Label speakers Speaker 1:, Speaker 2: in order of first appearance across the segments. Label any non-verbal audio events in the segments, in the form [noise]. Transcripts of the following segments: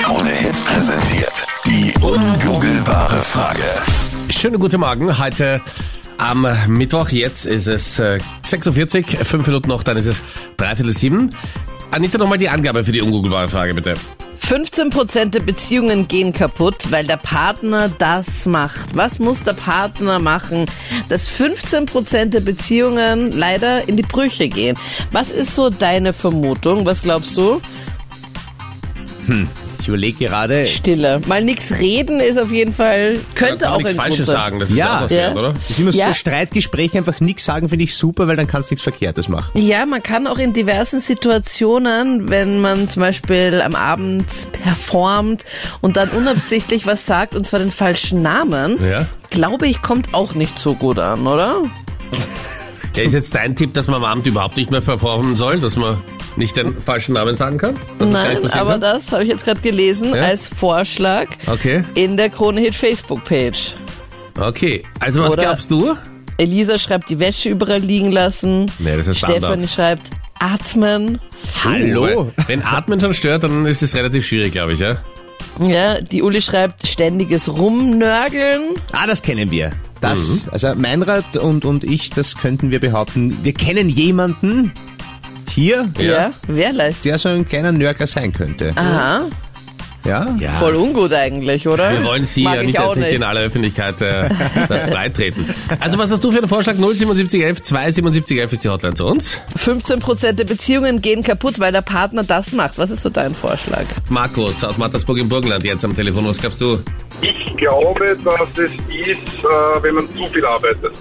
Speaker 1: Krone Hits präsentiert. Die ungoogelbare Frage.
Speaker 2: Schönen guten Morgen. Heute am Mittwoch. Jetzt ist es äh, 6.40 Uhr. Fünf Minuten noch, dann ist es dreiviertel sieben. Anita, nochmal die Angabe für die ungoogelbare Frage, bitte.
Speaker 3: 15% der Beziehungen gehen kaputt, weil der Partner das macht. Was muss der Partner machen, dass 15% der Beziehungen leider in die Brüche gehen? Was ist so deine Vermutung? Was glaubst du?
Speaker 4: Ich überlege gerade.
Speaker 3: Stille. Mal nichts reden ist auf jeden Fall, könnte
Speaker 2: Kann
Speaker 3: auch
Speaker 2: man nichts
Speaker 3: ein Grund
Speaker 2: Falsches
Speaker 3: sein.
Speaker 2: sagen, das ist
Speaker 4: Ja.
Speaker 2: auch was
Speaker 3: Ja.
Speaker 2: wert, oder?
Speaker 4: Ist immer so
Speaker 3: Ja.
Speaker 4: bei Streitgespräche einfach nichts sagen, finde ich super, weil dann kannst du nichts Verkehrtes machen.
Speaker 3: Ja, man kann auch in diversen Situationen, wenn man zum Beispiel am Abend performt und dann unabsichtlich was sagt, und zwar den falschen Namen,
Speaker 2: Ja.
Speaker 3: glaube ich, kommt auch nicht so gut an, oder?
Speaker 2: Ja, ist jetzt dein Tipp, dass man am Abend überhaupt nicht mehr performen soll, dass man nicht den falschen Namen sagen kann? Dass das gar nicht
Speaker 3: Nein,
Speaker 2: passieren
Speaker 3: aber
Speaker 2: kann?
Speaker 3: das habe ich jetzt gerade gelesen
Speaker 2: Ja?
Speaker 3: als Vorschlag
Speaker 2: Okay.
Speaker 3: in der Kronehit Facebook-Page.
Speaker 2: Okay, also was
Speaker 3: Oder-
Speaker 2: glaubst du?
Speaker 3: Elisa schreibt, die Wäsche überall liegen lassen.
Speaker 2: Nee, das ist
Speaker 3: Stefanie
Speaker 2: Standard.
Speaker 3: schreibt, atmen.
Speaker 4: Hallo?
Speaker 2: Weil Wenn Atmen schon stört, dann ist es relativ schwierig, glaube ich, ja?
Speaker 3: Ja, die Uli schreibt, ständiges Rumnörgeln.
Speaker 4: Ah, das kennen wir. Das, also Meinrad und, und ich, das könnten wir behaupten. Wir kennen jemanden hier,
Speaker 2: Ja.
Speaker 3: Ja, wer leicht.
Speaker 4: der so ein kleiner Nörgler sein könnte.
Speaker 3: Aha,
Speaker 4: Ja?
Speaker 2: Ja.
Speaker 3: voll ungut eigentlich, oder?
Speaker 2: Ah. Wir wollen Sie
Speaker 3: Mag
Speaker 2: ja
Speaker 3: ich
Speaker 2: nicht,
Speaker 3: auch
Speaker 2: jetzt nicht in aller Öffentlichkeit äh, das beitreten. Also was hast du für einen Vorschlag? 07711 27711 ist die Hotline zu uns.
Speaker 3: 15% der Beziehungen gehen kaputt, weil der Partner das macht. Was ist so dein Vorschlag?
Speaker 2: Markus aus Mattersburg im Burgenland jetzt am Telefon. Was glaubst du?
Speaker 5: Ich glaube, dass es ist, äh, wenn man zu viel arbeitet.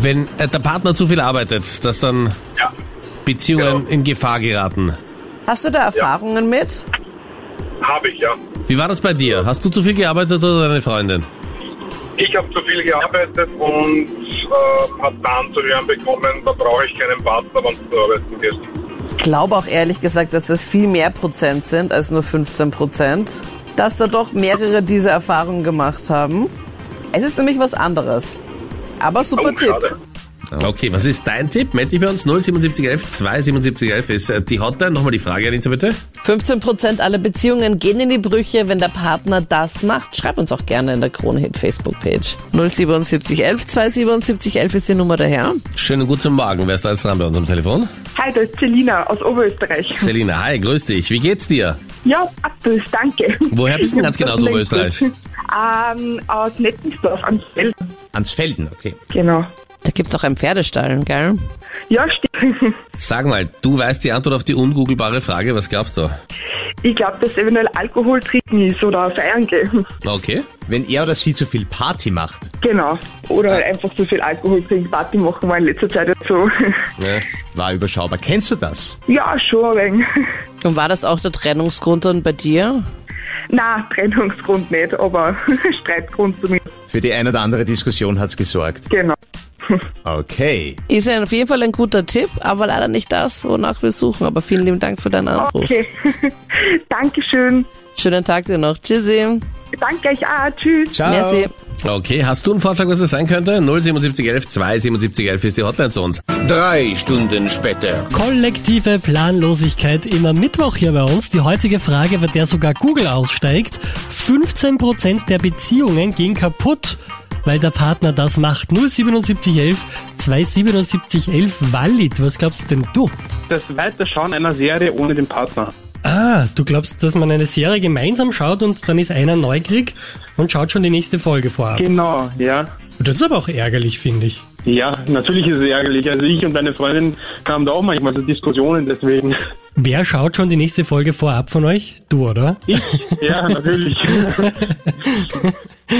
Speaker 2: Wenn äh, der Partner zu viel arbeitet, dass dann
Speaker 5: Ja.
Speaker 2: Beziehungen
Speaker 5: Genau.
Speaker 2: in Gefahr geraten.
Speaker 3: Hast du da Erfahrungen mit?
Speaker 5: Habe ich, ja.
Speaker 2: Wie war das bei dir? Hast du zu viel gearbeitet oder deine Freundin?
Speaker 5: Ich habe zu viel gearbeitet und äh, habe dann zu hören bekommen, da brauche ich keinen Partner, wenn du zu arbeiten gehst.
Speaker 3: Ich glaube auch ehrlich gesagt, dass das viel mehr Prozent sind als nur 15 Prozent. Dass da doch mehrere diese Erfahrungen gemacht haben. Es ist nämlich was anderes. Aber super
Speaker 5: Oh,
Speaker 3: Tipp.
Speaker 5: schade.
Speaker 2: Okay, was ist dein Tipp? Meld dich bei uns 07711 27711 ist äh, die Hotline. Nochmal die Frage, Anita, bitte.
Speaker 3: 15 Prozent aller Beziehungen gehen in die Brüche, wenn der Partner das macht. Schreib uns auch gerne in der Kronehit Facebook-Page. 07711 27711 ist die Nummer daher.
Speaker 2: Schönen guten Morgen. Wer ist da jetzt dran bei uns am Telefon?
Speaker 6: Hi, da ist Celina aus Oberösterreich.
Speaker 2: Selina, hi, grüß dich. Wie geht's dir?
Speaker 6: Ja, absolut, danke.
Speaker 2: Woher bist du denn ganz genau aus Oberösterreich?
Speaker 6: Ähm, aus Nettensdorf am Feld.
Speaker 4: Ans Felden, okay.
Speaker 6: Genau.
Speaker 3: Da gibt's auch einen Pferdestall, gell?
Speaker 6: Ja, stimmt. [laughs]
Speaker 2: Sag mal, du weißt die Antwort auf die ungoogelbare Frage. Was glaubst du?
Speaker 6: Ich glaube, dass eventuell Alkohol trinken ist oder feiern gehen.
Speaker 2: Okay.
Speaker 4: Wenn er oder sie zu viel Party macht,
Speaker 6: Genau. Oder
Speaker 2: Ah.
Speaker 6: einfach zu viel Alkohol trinken. Party machen wir in letzter Zeit jetzt so. [laughs]
Speaker 2: Ja.
Speaker 4: war überschaubar. Kennst du das?
Speaker 6: Ja, schon ein wenig. [laughs]
Speaker 3: Und war das auch der Trennungsgrund dann bei dir?
Speaker 6: Nein, Trennungsgrund nicht, aber [laughs] Streitgrund zumindest.
Speaker 4: Für die eine oder andere Diskussion hat's gesorgt.
Speaker 6: Genau.
Speaker 4: Okay.
Speaker 3: Ist ja auf jeden Fall ein guter Tipp, aber leider nicht das, wonach wir suchen. Aber vielen lieben Dank für deinen Anruf.
Speaker 6: Okay. [laughs] Dankeschön.
Speaker 3: Schönen Tag dir noch. Tschüssi.
Speaker 6: Danke euch auch. Tschüss.
Speaker 4: Ciao.
Speaker 3: Merci.
Speaker 2: Okay, hast du einen Vorschlag, was das sein könnte? 07711 27711 ist die Hotline zu uns.
Speaker 7: Drei Stunden später.
Speaker 8: Kollektive Planlosigkeit immer Mittwoch hier bei uns. Die heutige Frage, bei der sogar Google aussteigt. 15% der Beziehungen gehen kaputt, weil der Partner das macht. 07711 27711 valid. Was glaubst denn du?
Speaker 9: das Weiterschauen einer Serie ohne den Partner.
Speaker 8: Ah, du glaubst, dass man eine Serie gemeinsam schaut und dann ist einer Neugierig und schaut schon die nächste Folge vorab.
Speaker 9: Genau, ja.
Speaker 8: Das ist aber auch ärgerlich, finde ich.
Speaker 9: Ja, natürlich ist es ärgerlich. Also ich und deine Freundin kamen da auch manchmal zu Diskussionen deswegen.
Speaker 8: Wer schaut schon die nächste Folge vorab von euch? Du, oder?
Speaker 9: Ich? Ja, natürlich.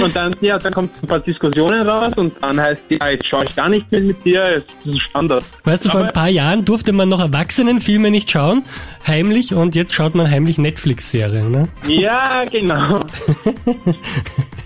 Speaker 9: und dann, ja, dann kommt ein paar Diskussionen raus und dann heißt, ja, jetzt schaue ich gar nicht mehr mit dir, es ist Standard.
Speaker 8: Weißt du, vor
Speaker 9: Aber-
Speaker 8: ein paar Jahren durfte man noch Erwachsenenfilme nicht schauen, heimlich, und jetzt schaut man heimlich Netflix-Serien. Ne?
Speaker 9: Ja, genau.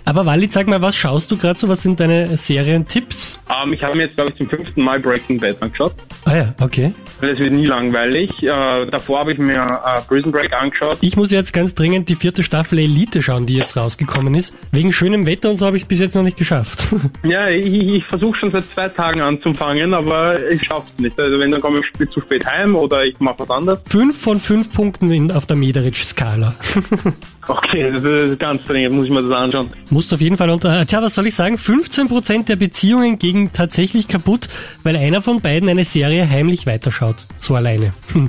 Speaker 8: Aber Wally, sag mal, was schaust du gerade so? Was sind deine Serientipps?
Speaker 9: Ähm, ich habe mir jetzt, glaube ich, zum fünften Mal Breaking Bad angeschaut.
Speaker 8: Ah ja, okay.
Speaker 9: weil es wird nie langweilig. Äh, davor habe ich mir äh, Prison Break angeschaut.
Speaker 8: Ich muss jetzt ganz dringend die vierte Staffel Elite schauen, die jetzt rausgekommen ist. Wegen schönem Wetter und so habe ich es bis jetzt noch nicht geschafft. [laughs]
Speaker 9: Ja, ich, ich versuche schon seit zwei Tagen anzufangen, aber ich schaff's nicht. Also wenn, dann komme ich spät- zu spät heim oder ich mache was anderes.
Speaker 8: fünf von fünf Punkten in, auf der Mederitsch-Skala.
Speaker 9: Okay, das ist ganz dringend, muss ich mir das anschauen.
Speaker 8: [laughs] Musst auf jeden Fall unter. Tja, was soll ich sagen? 15% der Beziehungen gingen tatsächlich kaputt, weil einer von beiden eine Serie heimlich weiterschaut. So alleine. [laughs] Hm.